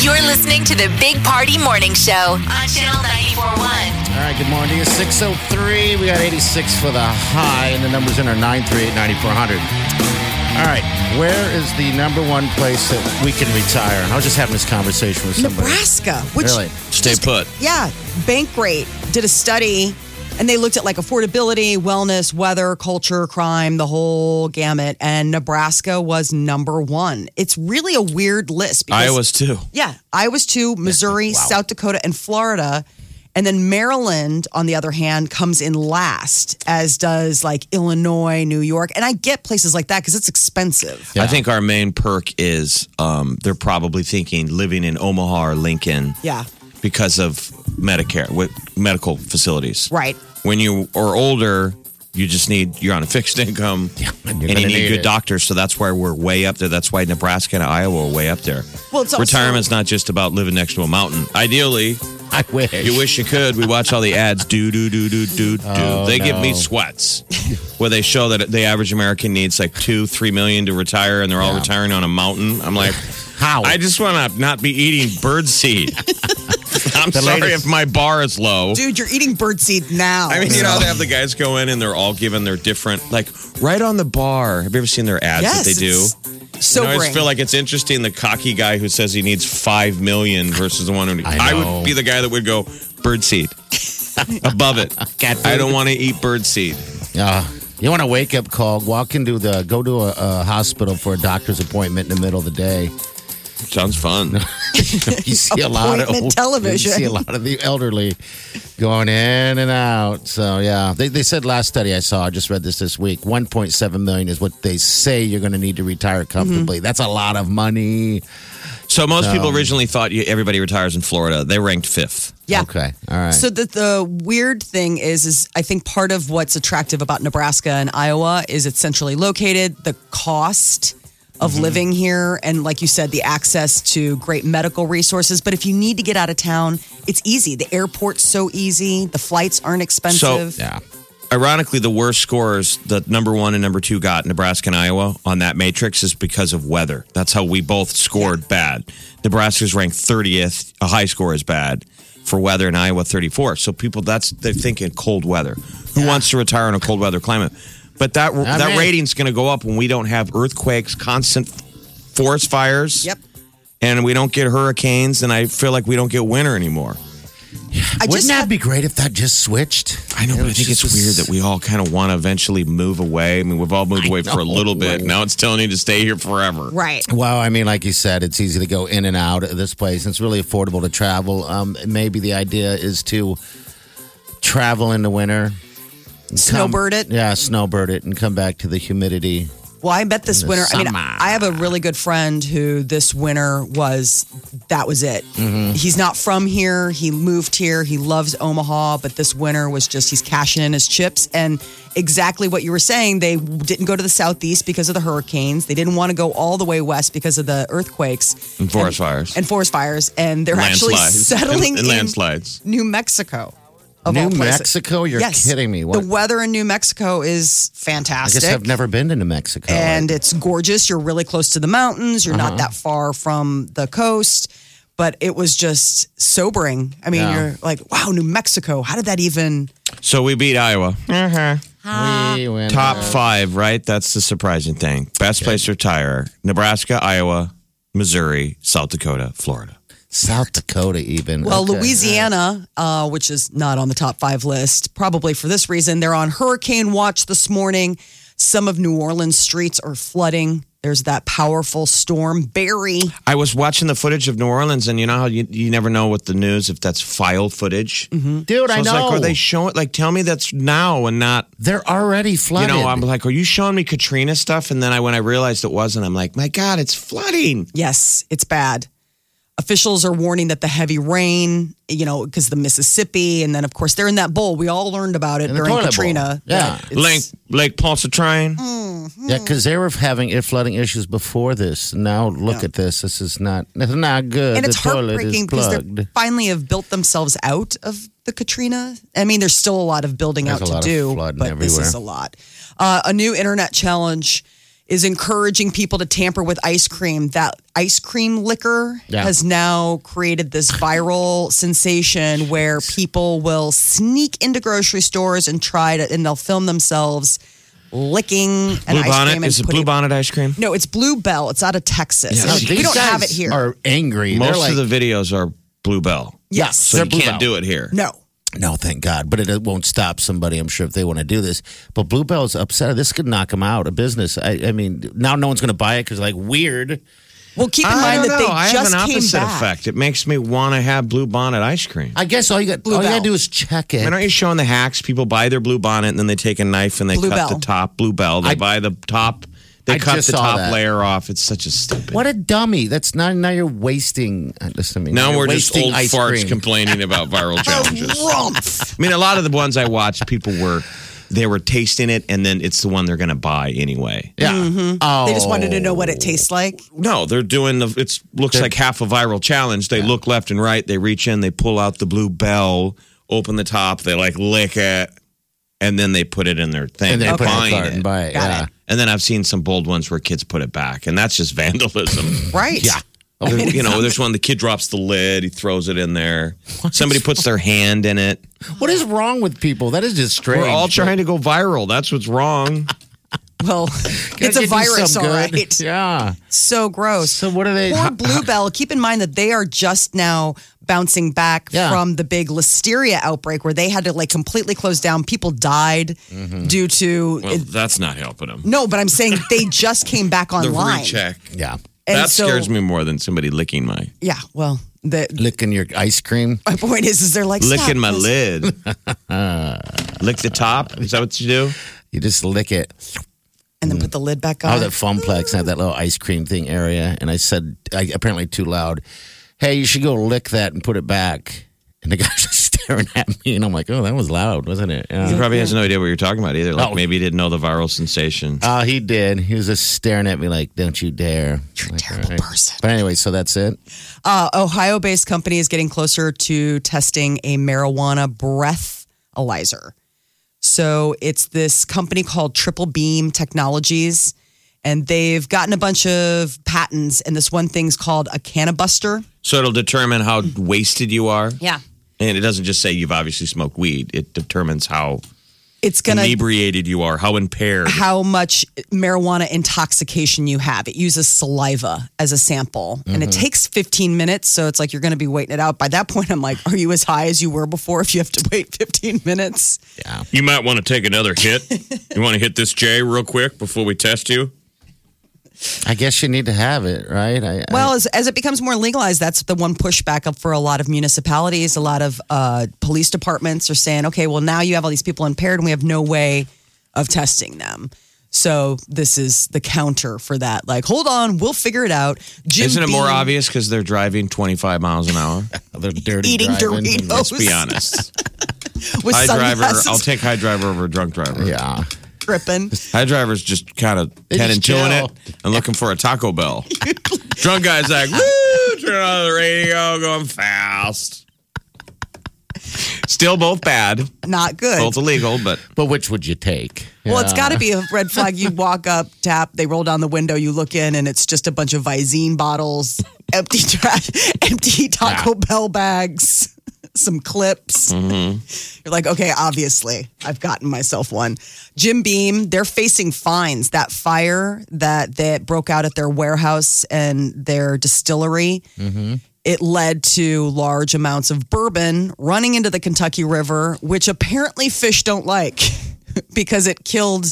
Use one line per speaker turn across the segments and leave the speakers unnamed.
You're listening to the Big Party Morning Show on Channel 941.
All right, good morning. It's 603. We got 86 for the high, and the numbers in are 938 9400. All right, where is the number one place that we can retire? And I was just having this conversation with somebody.
Nebraska, which
Really?
Stay put.
yeah, Bankrate did a study and they looked at like affordability, wellness, weather, culture, crime, the whole gamut, and Nebraska was number one. It's really a weird list.
Iowa's too.
Yeah, Iowa's two, Missouri, South Dakota, and Florida. And then Maryland, on the other hand, comes in last, as does like Illinois, New York. And I get places like that because it's expensive.
I think our main perk is um, they're probably thinking living in Omaha or Lincoln
Yeah,
because of Medicare, with medical facilities.
right.
When you are older, you just need, you're on a fixed income and,
you're
you need,
gonna need
good
it.
doctors. So that's why we're way up there. That's why Nebraska and Iowa are way up there.
Well, it's also-
Retirement's not just about living next to a mountain. Ideally,
I wish.
You wish you could. We watch all the ads. Do do do do do do.
Oh,
they give me
no.
sweats, where they show that the average American needs like two, three million to retire, and they're all retiring on a mountain. I'm like,
How?
I just want to not be eating bird seed. I'm sorry
latest-
if my bar is low.
Dude, you're eating birdseed now.
I mean, you know, they have the guys go in and they're all given their different, like right on the bar. Have you ever seen their ads
yes,
that they do?
it's
And I
Sobering.
always feel like it's interesting the cocky guy who says he needs five million versus the one who I,
I know.
would be the guy that would go birdseed above it.
Cat food.
I don't want to eat birdseed.
Uh, you want a wake up call? Walk into the, go to a, a hospital for a doctor's appointment in the middle of the day.
Sounds fun.
You see a lot of
Appointment
old-
television.
You see a lot of the elderly going in and out. So yeah, they, they said last study I saw. I just read this this week. 1.7 million is what they say you're going to need to retire comfortably. That's a lot of money.
So most people originally thought you, everybody retires in Florida. They ranked fifth.
yeah.
Okay. All right.
So the the weird thing is is I think part of what's attractive about Nebraska and Iowa is it's centrally located, the cost of
Mm-hmm.
living here and like you said the access to great medical resources, but if you need to get out of town, it's easy. The airport's so easy, the flights aren't expensive.
yeah.
Ironically, the worst scores that number one and number two got Nebraska and Iowa on that matrix is because of weather. That's how we both scored bad. Nebraska's ranked 30th. A high score is bad for weather, and Iowa 34. So people, that's they're thinking cold weather. Who wants to retire in a cold weather climate? But that that
in.
rating's going to go up when we don't have earthquakes, constant forest fires,
Yep.
and we don't get hurricanes. And I feel like we don't get winter anymore.
I
Wouldn't
just
that
had-
be great if that just switched?
I know, but I think it's weird that we all kind of want to eventually move away. I mean, we've all moved away for a little bit. Now it's telling you to stay here forever.
right.
Well, I mean, like you said, it's easy to go in and out of this place. It's really affordable to travel. Um, maybe the idea is to travel in the winter. come-
Snowbird it.
Yeah, snowbird it and come back to the humidity.
Well, I bet this
the
winter. I mean,
summer.
I have a really good friend who this winter was that was it.
Mm-hmm.
He's not from here. He moved here. He loves Omaha, but this winter was just he's cashing in his chips. And exactly what you were saying, they didn't go to the southeast because of the hurricanes. They didn't want to go all the way west because of the earthquakes
And forest fires.
and forest fires. And they're actually
landslides.
settling
and, and
in
landslides.
New Mexico. of
New
all places.
Mexico? You're
yes.
kidding me. What?
The weather in New Mexico is
I
fantastic
guess I've never been to New Mexico.
and it's gorgeous. You're really close to the mountains. You're
Uh-huh.
not that far from the coast, but it was just sobering. I mean,
Yeah.
you're like, wow, New Mexico. How did that even?
So we beat Iowa.
we went
Top five, right? That's the surprising thing. Best place to retire Nebraska, Iowa, Missouri, South Dakota, Florida.
South Dakota, even.
Well,
Okay.
Louisiana, uh, which is not on the top five list, probably for this reason, they're on hurricane watch this morning. Some of New Orleans streets are flooding. There's that powerful storm, Barry.
I was watching the footage of New Orleans, and you know how you, you never know what the news if that's file footage. Mm-hmm.
Dude,
So
I
it's
know.
like, are they showing? Like, tell me that's now and not.
They're already flooded.
You know, I'm like, are you showing me Katrina stuff? And then I, when I realized it wasn't, I'm like, my God, it's flooding.
Yes, it's bad. Officials are warning that the heavy rain, you know, because the Mississippi, and then of course they're in that bowl. We all learned about
In
it
the
during
toilet bowl.
Katrina.
Yeah.
that it's-
Lake Lake Pontchartrain.
Mm,
Yeah, because they were having air flooding issues before this. Now look at this. This is not it's not good.
and
the
it's
toilet is
heartbreaking because
plugged.
they finally have built themselves out of the Katrina. I mean, there's still a lot of building
There's
out
a
to
lot of
do, but
flooding
this
everywhere.
is a lot. Uh, a new internet challenge is encouraging people to tamper with ice cream. That ice cream liquor
Yeah.
has now created this viral sensation where people will sneak into grocery stores and try to, and they'll film themselves licking an
Blue
ice cream
bonnet
and
is it
putting-
blue bonnet ice cream?
No, it's Bluebell. It's out of Texas.
Now,
we
these
don't have it
guys
here.
Are angry. They're
Most
like,
of the videos are bluebell.
yes.
So
They're
you
Bluebell.
can't do it here.
no.
No, thank God. But it, it won't stop somebody, I'm sure, if they want to do this. But Bluebell's upset. This could knock them out of business. I, I mean, now no one's going to buy it because, like, weird.
Well, keep in
I
mind
don't
that
know.
they
I
just
have an
came
opposite
back.
effect. It makes me want to have blue bonnet ice cream.
I guess all you got all you got
Bluebell.
to do is check
I
it.
mean, aren't you showing the hacks? People buy their blue bonnet and then they take a knife and they
Blue
cut
Bell.
the top blue bell. They
I-
buy the top. They
I
cut
just
the
saw
top
that.
layer off. It's such a stupid.
What a dummy! That's not now you're wasting. uh, Listen to me.
Now
You're
we're just
wasting
old
ice
farts
cream.
complaining about viral challenges. I mean, a lot of the ones I watched, people were they were tasting it, and then it's the one they're going to buy anyway.
yeah.
Mm-hmm.
Oh,
They just wanted to know what it tastes like.
No, they're doing the. It looks like half a viral challenge. They look left and right. They reach in. They pull out the blue bell. Open the top. They like lick it, and then they put it in their thing.
and they
They're
put it in the
buying
cart and buy it. yeah.
And then I've seen some bold ones where kids put it back, and that's just vandalism.
Right.
Oh, Yeah.
There- you know, there's one the kid drops the lid, he throws it in there. Somebody puts their hand in it.
What is wrong with people? That is just strange.
We're all trying to go viral. That's what's wrong.
Well,
Can't
it's a
you do
virus,
some
all right.
good? Yeah.
So gross.
So what are they-
Poor Bluebell. Keep in mind that they are just now bouncing back
Yeah.
from the big listeria outbreak where they had to like completely close down. People died due to.
Mm-hmm. Well, that's not helping them.
no, but I'm saying they just came back
The
online.
recheck.
Yeah.
And
that
so-
scares me more than somebody licking my
Yeah. Well, the,
Licking your ice cream.
my point is, is they're like "Stop,
licking my
please."
lid. Lick the top. Is that what you do?
You just lick it.
and then put the lid
Oh,
back
I
on.
was at Funplex and had that little ice cream thing area, and I said, I, apparently too loud, "Hey, you should go lick that and put it back." And the guy's just staring at me, and I'm like, "Oh, that was loud, wasn't it?"
He
Uh, Yeah.
probably has no idea what you're talking about either. Like
Oh.
maybe he didn't know the viral sensation.
Uh, he did. He was just staring at me like, "Don't you dare!" You're
a terrible person.
But anyway, so that's it.
Uh, Ohio based company is getting closer to testing a marijuana breathalyzer. So it's this company called Triple Beam Technologies, and they've gotten a bunch of patents, and this one thing's called a cannabuster.
So it'll determine how wasted you are.
Yeah.
And it doesn't just say you've obviously smoked weed. It determines how
It's going to.
inebriated you are, how impaired.
How much marijuana intoxication you have. It uses saliva as a sample and it takes 15 minutes. So it's like you're going to be waiting it out. By that point, I'm like, are you as high as you were before if you have to wait 15 minutes?
You might want to take another hit. you want to hit this J real quick before we test you?
I guess you need to have it, right? I,
Well, as, as it becomes more legalized, that's the one pushback up for a lot of municipalities. A lot of uh, police departments are saying, okay, well, now you have all these people impaired and we have no way of testing them. So this is the counter for that. Like, hold on, we'll figure it out. Jim
Isn't it more
Beam
obvious because they're driving 25 miles an hour?
I, they're dirty
Eating
driving.
Doritos.
Let's be honest.
With
High driver,
sunglasses
I'll take high driver over a drunk driver.
Yeah.
dripping.
High driver's just kind of
They
ten
just
and chewing it and looking for a Taco Bell. drunk guy's like, woo, turn on the radio, going fast. Still both bad,
Not good.
both illegal, but
But which would you take?
Well, it's
Yeah.
got to be a red flag. You walk up, tap, they roll down the window, you look in, and it's just a bunch of Visine bottles, empty trash, empty Taco Bell bags, some clips. You're like, okay, obviously, I've gotten myself one. Jim Beam, they're facing fines. That fire that that broke out at their warehouse and their distillery. It led to large amounts of bourbon running into the Kentucky River, which apparently fish don't like because it killed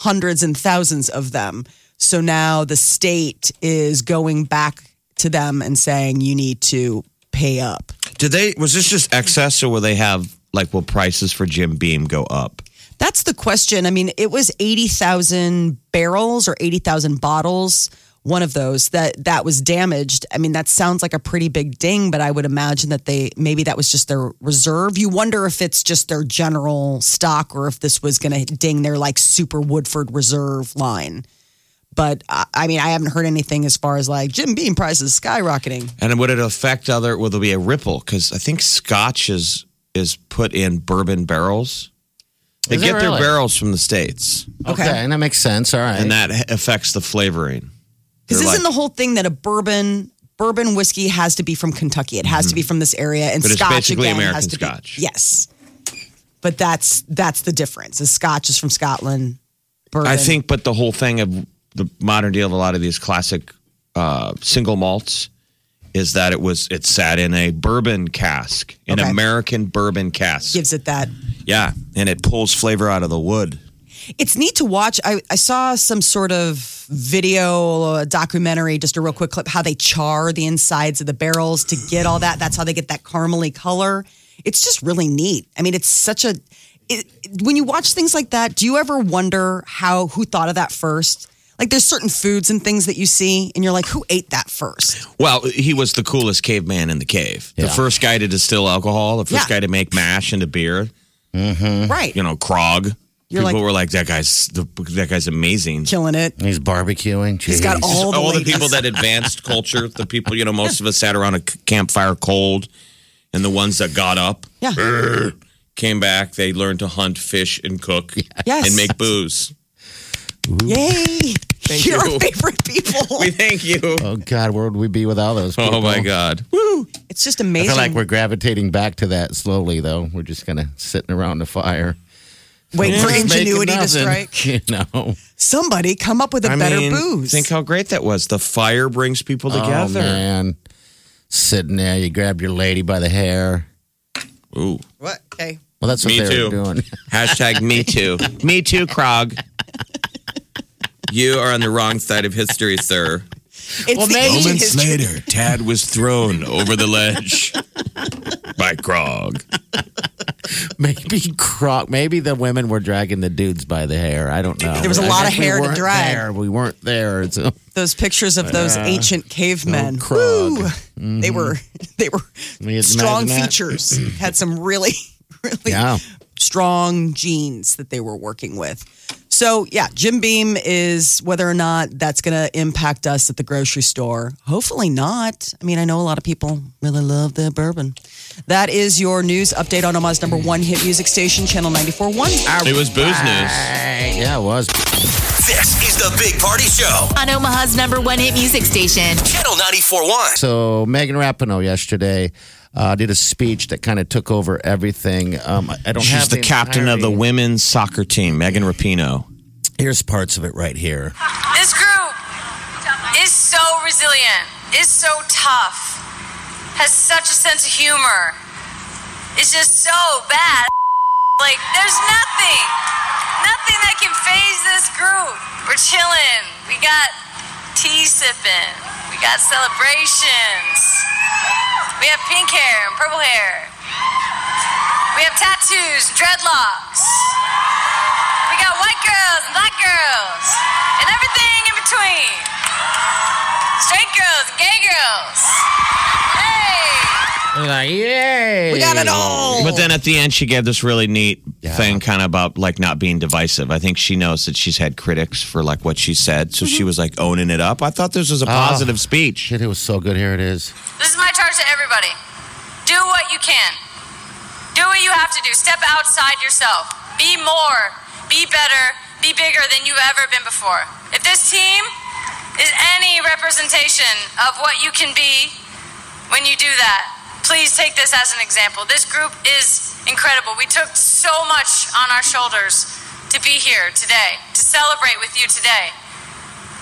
hundreds and thousands of them. So now the state is going back to them and saying you need to pay up.
Did they? Was this just excess, or will they have like will prices for Jim Beam go up?
That's the question. I mean, it was 80,000 barrels or 80,000 bottles, one of those that that was damaged. I mean, that sounds like a pretty big ding, but I would imagine that they maybe that was just their reserve. You wonder if it's just their general stock or if this was going to ding their like super Woodford reserve line. But I I mean, I haven't heard anything as far as like Jim Beam prices skyrocketing.
And would it affect other? Will there be a ripple? Because I think Scotch is is put in bourbon barrels. They
Is it
get
really?
their barrels from the states,
Okay. and that makes sense. All right.
and that affects the flavoring.
Because
They're
isn't the
like-
whole thing that a bourbon bourbon whiskey has to be from Kentucky? It has to be from this area, and
Mm-hmm. But it's
Scotch
basically
again
American
has to be-
Scotch.
yes, but that's that's the difference. The Scotch is from Scotland. Bourbon.
I think, but the whole thing of the modern deal of a lot of these classic uh, single malts is that it was it sat in a bourbon cask, an
Okay.
American bourbon cask.
gives it that
Yeah, and it pulls flavor out of the wood.
It's neat to watch. I, I saw some sort of video, a documentary, just a real quick clip, how they char the insides of the barrels to get all that. That's how they get that caramely color. It's just really neat. I mean, it's such a. It, when you watch things like that, do you ever wonder how who thought of that first? Like, there's certain foods and things that you see, and you're like, who ate that first?
Well, he was the coolest caveman in the cave. The first guy to distill alcohol, the first
Yeah.
guy to make mash into beer.
Right,
Mm-hmm.
You know, Krog.
You're
people
like-
were like, "That guy's the, that guy's amazing."
killing it.
He's barbecuing.
He's got
Jeez.
all the,
all the
ladies.
people that advanced culture, the people, you know, most of us sat around a c- campfire cold, and the ones that got up,
Yeah,
came back, they learned to hunt, fish, and cook,
Yes.
and make booze.
yay!
Thank
you're
you.
our favorite people.
We thank you.
Oh God, where would we be without those? People?
Oh my God!
It's just
I
amazing.
feel like we're gravitating back to that slowly, though. We're just kind of sitting around the fire,
waiting for
Nobody's making
ingenuity to
nothing,
strike.
You know,
somebody come up with a
I
better
mean,
booze.
think how great that was. The fire brings people
oh
together.
man, sitting there, you grabbed your lady by the hair.
Ooh.
what? Okay.
Well, that's what
Me
they
too.
were doing.
Hashtag me too. Me too, Krog. You are on the wrong side of history, sir.
It's the ancient history.
later, Tad was thrown over the ledge by Krog.
maybe croc. Maybe the women were dragging the dudes by the hair. I don't know.
There was a
I
lot of
guess we
hair to
weren't
drag.
there. We weren't there. So
Those pictures of those ancient cavemen.
Krog.
Woo! They were they were
Can you
strong
imagine that?
features. Had some really really
Yeah.
strong genes that they were working with. So yeah, Jim Beam is whether or not that's going to impact us at the grocery store. Hopefully not. I mean, I know a lot of people really love their bourbon. That is your news update on Omaha's number one hit music station, Channel 94.1.
It was booze news.
Yeah, it was.
This is the Big Party Show,
On Omaha's number one hit music station.
Channel 94.1.
So Megan Rapinoe yesterday uh, did a speech that kind of took over everything. Um, I I don't
She's
have
the captain of the
entirety. Oh.
women's soccer team, Megan Rapinoe.
Here's parts of it right here.
This group is so resilient, is so tough, has such a sense of humor. It's just so bad. Like, there's nothing, nothing that can phase this group. We're chilling. We got tea sipping. We got celebrations. We have pink hair and purple hair. We have tattoos, and dreadlocks. We got white girls and black girls and everything in between. Straight girls, gay girls. Hey!
Like, yay!
We got it all.
But then at the end, she gave this really neat thing, kind of about like not being divisive. I think she knows that she's had critics for like what she said, so
Mm-hmm.
she was like owning it up. I thought this
Oh.
was a positive speech.
Shit, it was so good. Here it is.
This is my charge to everybody. Do what you can. Do what you have to do. Step outside yourself. Be more. Be better. Be bigger than you've ever been before. If this team is any representation of what you can be when you do that, please take this as an example. This group is incredible. We took so much on our shoulders to be here today, to celebrate with you today.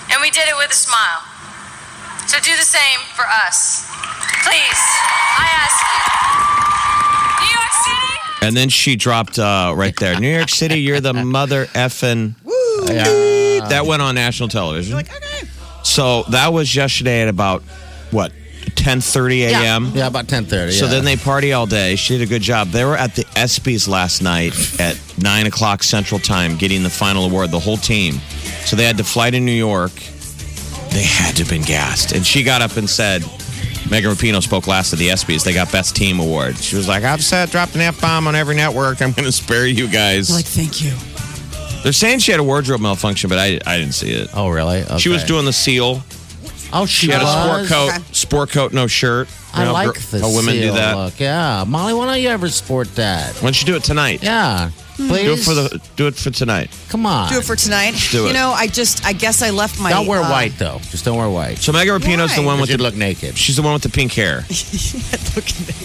And we did it with a smile. So do the same for us. Please, I ask you. New York City?
And then she dropped uh, right there, New York City, you're the mother effing.
Yeah.
did. That went on national television. So that was yesterday at about what 10:30 a.m.
Yeah, about ten thirty.
So then they party all day. She did a good job. They were at the ESPYS last night at nine o'clock Central Time, getting the final award. The whole team. So they had to fly to New York. They had to have been gassed. And she got up and said, Megan Rapinoe spoke last at the ESPYS. They got best team award. She was like, "I've said dropped an f bomb on every network. I'm going to spare you guys."
Like, thank you.
They're saying she had a wardrobe malfunction, but I I didn't see it.
Oh really?
She was
Okay.
doing the seal.
Oh, she,
She had a sport
was?
coat,
Okay.
sport coat, no shirt.
I
You know,
like
gr-
the
How women do
seal
that.
Look. Yeah, Molly, why don't you ever sport that?
Why don't you do it tonight?
Yeah, please.
Hmm. Do it for the. Do it for tonight.
Come on.
Do it for tonight.
do it.
You know, I just, I guess I left my.
don't wear
uh,
white though. Just don't wear white.
So Megan Rapinoe's the
Why?
one
Because
with the.
you'd look naked.
She's the one with the pink hair.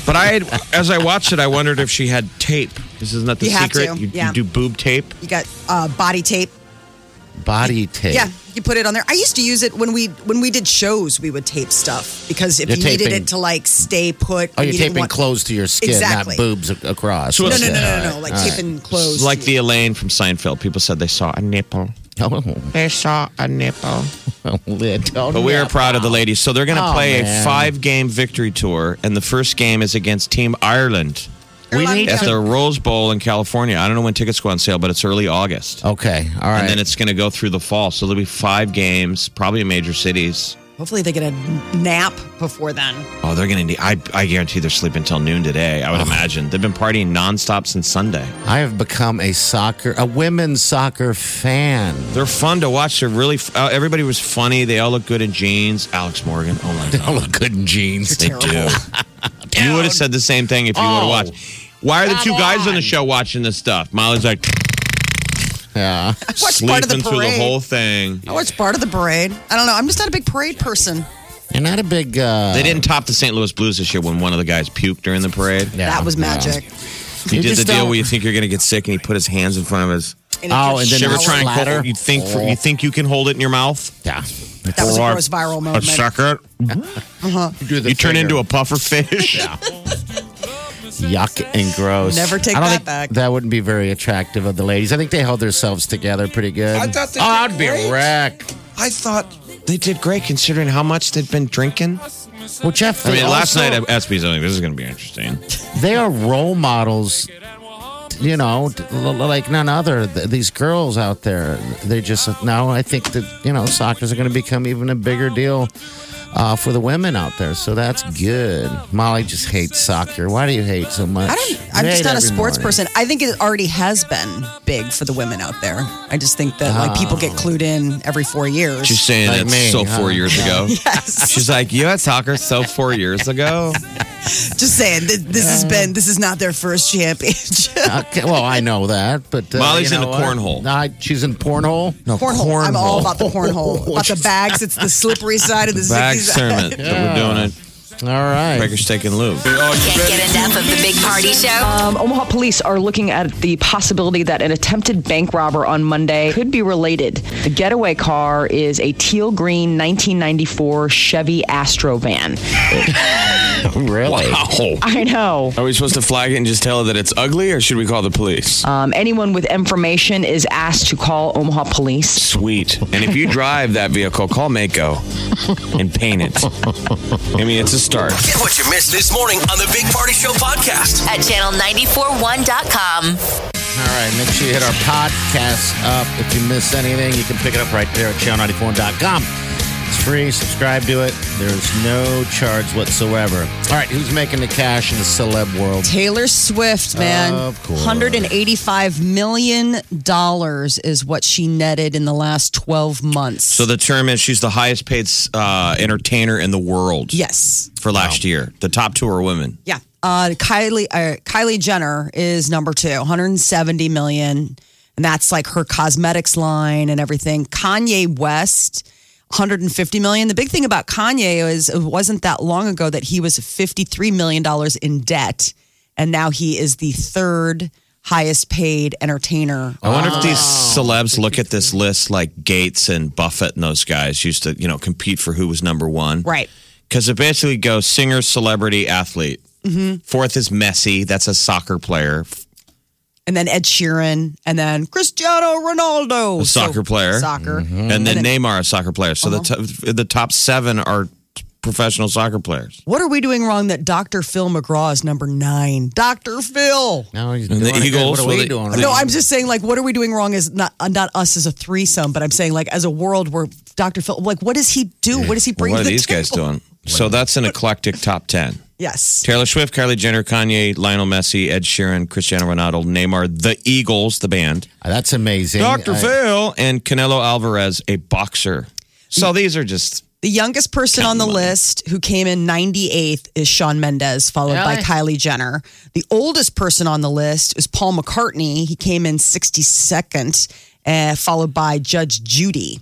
but I, had, as I watched it, I wondered if she had tape. This is not the
You have
secret.
to,
You, you
yeah.
do boob tape.
You got uh, body tape.
Body tape.
Yeah, you put it on there. I used to use it when we when we did shows. We would tape stuff because if
You're
you needed
taping-
it to like stay put.
Oh, you're
and you didn't
taping
want-
clothes to your skin,
Exactly.
not boobs ac- across.
So
No,
it's-
no, no,
Yeah,
no, no, no. Like taping clothes.
Like the uh, Elaine from Seinfeld. People said they saw a nipple.
Oh,
They saw a nipple.
little
But we are
nip.
proud of the ladies. So they're going to
Oh,
play a
man.
five game victory tour, and the first game is against Team Ireland
We
at the Rose Bowl in California. I don't know when tickets go on sale, but it's early August.
Okay, all right.
And then it's going to go through the fall. So there'll be five games, probably in major cities.
Hopefully they get a nap before then.
Oh, they're going to need, I, I guarantee they're sleeping till noon today, I would imagine. They've been partying nonstop since Sunday.
I have become a soccer, a women's soccer fan.
They're fun to watch. They're really, f- uh, everybody was funny. They all look good in jeans. Alex Morgan, oh my God.
Don't look good in jeans.
They do. you would have said the same thing if you
Oh.
would have watched. Why are the two guys on the show watching this stuff? Molly's like
Yeah.
What's part of the
sleeping through the
parade?
whole thing.
Oh, it's part of the parade. I don't know. I'm just not a big parade person.
You're not a big. Uh,
They didn't top the St. Louis Blues this year when one of the guys puked during the parade.
yeah,
that was
no.
magic.
You
You
did the
just
deal
don't-
where you think you're going to get sick, and he put his hands in front of his.
it
Oh, and
just
Did
then
you ever
the
showered.
try and
splatter?
hold, you think for, you think you can hold it in your mouth?
Yeah.
That was a gross viral moment.
sucker. You turn into a puffer fish.
yuck and gross.
Never take
I don't
that
think
back.
That wouldn't be very attractive of the ladies. I think they held themselves together pretty good.
I thought they
oh,
did
I'd be a
great.
wreck.
I thought
They did great considering how much they'd been drinking.
Well, Jeff,
I
they
mean, last
also-
night at SB's, I think this is going to be interesting.
they are role models you know t- l- like none other Th- these girls out there they just now i think that you know soccer's going to become even a bigger deal uh, for the women out there so that's good molly just hates soccer why do you hate so much
I don't. I'm
You
just
hate
not a
every
sports
morning.
person. I think it already has been big for the women out there. I just think that like people get clued in every four years.
She's saying
Like
that's
me,
so
huh?
four years ago.
yes.
She's like, you had soccer so four years ago.
just saying. th- This has been. This is not their first championship.
Okay, well, I know that, but uh,
Molly's
you
in
know
the
what?
cornhole.
I, she's in pornhole. No,
Cornhole. I'm all about the cornhole. About the
Just-
bags. It's the slippery side of the
Back
zigzag.
sermon. But we're doing it.
All right.
Breaker, steak, and lube.
Can't get enough of the Big Party Show.
Um, Omaha police are looking at the possibility that an attempted bank robber on Monday could be related. The getaway car is a teal green 1994 Chevy Astro van.
Really?
I know.
Are we supposed to flag it and just tell her that it's ugly, or should we call the police?
Um, anyone with information is asked to call Omaha police.
Sweet. And if you drive that vehicle, call Mako and paint it. I mean, it's a start.
Get what you missed this morning on the Big Party Show podcast.
At channel941.com.
All right, make sure you hit our podcast up. If you miss anything, you can pick it up right there at channel94.com. It's free, subscribe to it. There's no charge whatsoever. All right, who's making the cash in the celeb world?
Taylor Swift, man.
Of course.
$185 million is what she netted in the last 12 months.
So the term is she's the highest paid uh, entertainer in the world
yes.
for last year. The top two are women.
Yeah. Uh, Kylie uh, Kylie Jenner is number two, 170 million, and that's like her cosmetics line and everything. Kanye West, 150 million. The big thing about Kanye is it wasn't that long ago that he was 53 million dollars in debt, and now he is the third highest paid entertainer.
I wonder if these
Oh.
celebs look at this list like Gates and Buffett and those guys used to, you know, compete for who was number one.
Right.
Because it basically goes
Mm-hmm.
singer, celebrity, athlete. Fourth is Messi. That's a soccer player.
and then Ed Sheeran, and then Cristiano Ronaldo,
A soccer player. Mm-hmm.
soccer,
and then Neymar, a soccer player. So
Uh-huh.
the t- the top seven are professional soccer players.
What are we doing wrong that Dr. Phil McGraw is number nine? Dr. Phil.
Now he's
And the
doing it good.
Eagles,
What are
well,
we
they-
doing?
they-
No, I'm just saying, like, what are we doing wrong? Is not uh, not us as a threesome, but I'm saying, like, as a world, where Dr. Phil, like, what does he do? What does he bring?
what
to
are
the
these guys
table?
doing? So that's an eclectic top ten.
Yes,
Taylor Swift, Kylie Jenner, Kanye, Lionel Messi, Ed Sheeran, Cristiano Ronaldo, Neymar, the Eagles, the band,
That's amazing.
Dr.
I-
Phil, and Canelo Alvarez, a boxer.
Mm.
So these are just
the youngest person on the list who came in 98th is Sean Mendez, followed by Kylie Jenner. The oldest person on the list is Paul McCartney. He came in 62nd, uh, followed by Judge Judy.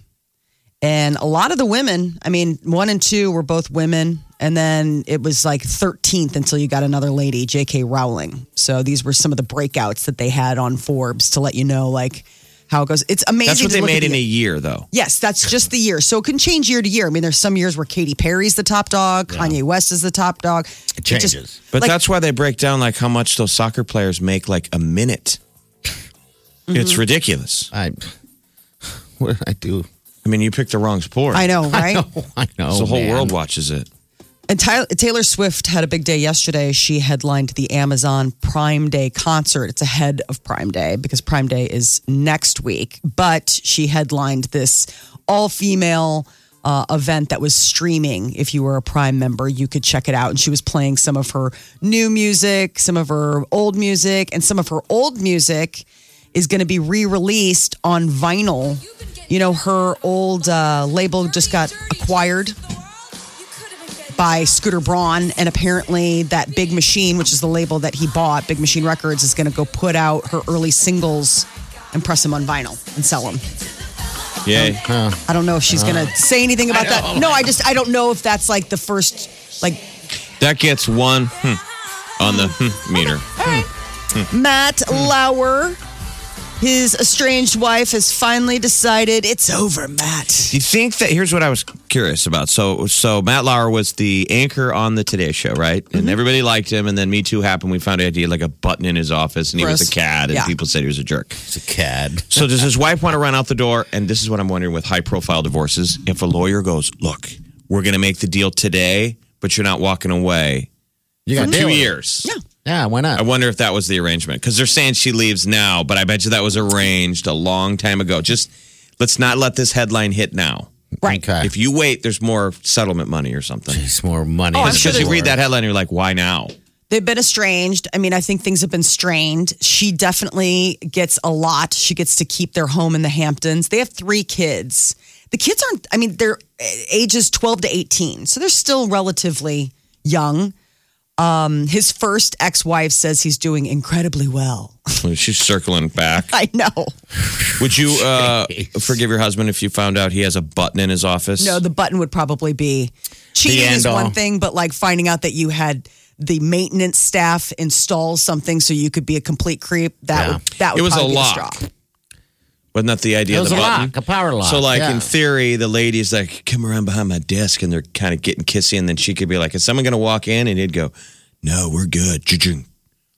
And a lot of the women, I mean, one and two were both women. And then it was like 13th until you got another lady, J.K. Rowling. So these were some of the breakouts that they had on Forbes to let you know, like, how it goes. It's amazing.
that's what
to
they
look at
made
the-
in a year, though.
Yes, that's just the year. So it can change year to year. I mean, there's some years where Katy Perry's the top dog, Kanye West is the top dog. It
changes.
But
Like-
that's why they break down like how much those soccer players make like a minute.
Mm-hmm.
It's ridiculous.
I, what did I do?
I mean, you picked the wrong sport.
I know, right?
Oh, I know.
The whole
man.
world watches it.
And Tyler, Taylor Swift had a big day yesterday. She headlined the Amazon Prime Day concert. It's ahead of Prime Day because Prime Day is next week. But she headlined this all female uh, event that was streaming. If you were a Prime member, you could check it out. And she was playing some of her new music, some of her old music, and some of her old music is going to be re released on vinyl. You know, her old uh, label just got acquired by Scooter Braun, and apparently that Big Machine, which is the label that he bought, Big Machine Records, is going to go put out her early singles and press them on vinyl and sell them.
Yay.
I don't know if she's going to say anything about that. No, Uh. I just I don't know if that's like the first like
That gets one hmm, on the hmm, meter.
Matt Lauer. His estranged wife has finally decided it's over, Matt.
Do you think that here's what I was curious about? So, so Matt Lauer was the anchor on the Today Show, right?
Mm-hmm.
And everybody liked him. And then Me Too happened. We found out he had like a button in his office, and he was
Gross.
a cad, and
Yeah.
people said he was a jerk.
It's a cad.
So does his wife want to run out the door? And this is what I'm wondering with high profile divorces. If a lawyer goes, look, we're going to make the deal today, but you're not walking away
You
for
got
two years.
Yeah.
Yeah, why
I
not?
wonder if that was the arrangement because they're saying she leaves now, but I bet you that was arranged a long time ago. Just let's not let this headline hit now.
Right.
Okay.
If you wait, there's more settlement money or something.
It's more money.
Because you read that headline, and you're like, why now?
They've been estranged. I mean, I think things have been strained. She definitely gets a lot. She gets to keep their home in the Hamptons. They have three kids. The kids aren't, I mean, they're eh, ages 12 to 18. So they're still relatively young. Um, his first ex wife says he's doing incredibly well.
She's circling back.
I know.
Would you uh, forgive your husband if you found out he has a button in his office?
No, the button would probably be cheating
end
is
all.
one thing, but like finding out that you had the maintenance staff install something so you could be a complete creep, that
Yeah.
would, that would
It was a
probably be the
lock.
straw.
Wasn't that the idea
It
of
was
the
a
button?
lock, a power lock.
So, like,
yeah.
in theory, the lady's like, come around behind my desk, and they're kind of getting kissy. And then she could be like, is someone going to walk in? And he'd go, no, we're good. Ching.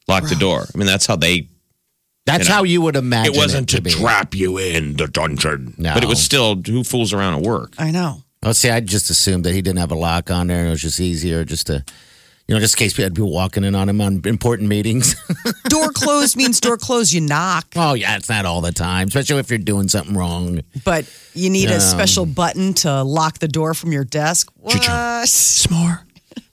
Lock the door. I mean, that's how they.
That's
you know,
how you would imagine.
It wasn't
it
to,
be.
trap you in the dungeon.
No.
But it was still who fools around at work.
I know.
Oh, see, I just assumed that he didn't have a lock on there. and It was just easier, just to, you know, just in case we had people walking in on him on important meetings.
door closed means door closed. You knock,
oh yeah, it's not all the time, especially if you're doing something wrong.
but you need
Yeah.
a special button to lock the door from your desk. What?
S'more.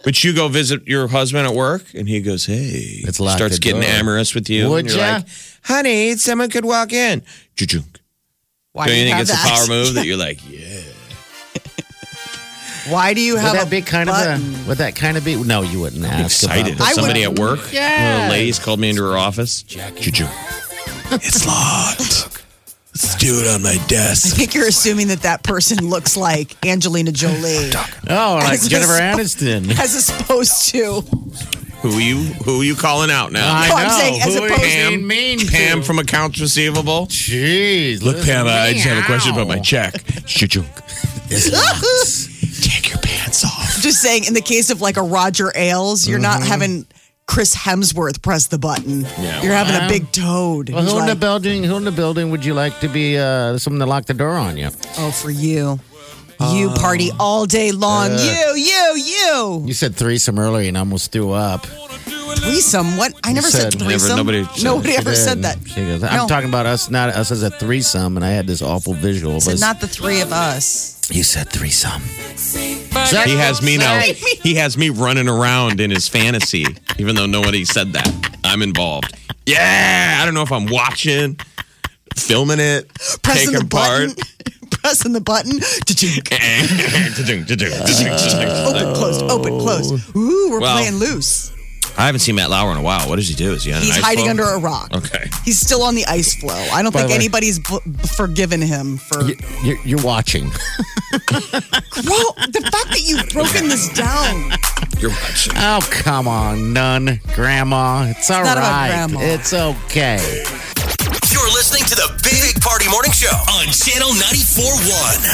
But you go visit your husband at work, and he goes, "Hey,"
It's locked
starts
the
getting
door.
amorous with you.
Would
and you're
ya?
like, "Honey, someone could walk in." Ju-junk.
Why
Do
do
you
you
think
have
it's a power
that?
move that you're like, "Yeah"?
Why do you
Would
have
that
a
be kind
button?
of a? Would that kind of be? No, you wouldn't ask.
Excited.
About
I
Somebody
would-
at work. One of the ladies called me into her office. Ju-junk.
It's locked. Let's do it on my
I
desk.
think you're assuming that that person looks like Angelina Jolie,
oh, like
As a
Jennifer
sp-
Aniston.
as opposed to
Who you who you calling out now?
I
No, I'm
know.
saying as
Who are you
opposed-
being mean to?
Pam from accounts receivable.
Jeez,
Look, Pam, I just have a question about my check. Shujunk.
just
Take your pants off.
Mm-hmm.
saying in the case of like a Roger Ailes, you're not having Chris Hemsworth press the button.
Yeah.
You're having a
Wow.
big toad.
Well,
He's
who in the
like,
building? Who in the building would you like to be? Uh, someone to lock the door on you.
oh, for you. You party
Oh.
all day long.
Uh.
you, you, you.
You said threesome earlier, and I almost threw up.
Threesome? What? I never said, threesome. Nobody
She
ever said
did.
that.
She goes, I'm
No.
talking about us, not us as a threesome, and I had this awful visual. of
So
us-
not the three of us.
you said threesome.
He has me now. He has me running around in his fantasy, even though nobody said that. I'm involved. Yeah, I don't know if I'm watching, filming it,
Pressing the
taking part.
button. Pressing the button.
Ta-ching, ta-ching, ta-ching, ta-ching.
open, closed, open, closed. Ooh, we're
Well,
playing loose.
I haven't seen Matt Lauer in a while. What does he do? Is he on an
He's
ice
hiding
floe?
under a rock.
Okay.
He's still on the ice floe. I don't
By
think
the way-
anybody's b- forgiven him for.
You- You're, you're watching.
Bro, the fact that you've broken this down.
You're watching.
Oh, come on, nun, grandma. It's all
not about
right.
grandma.
It's okay.
You're listening to the Big Party Morning Show on Channel 941.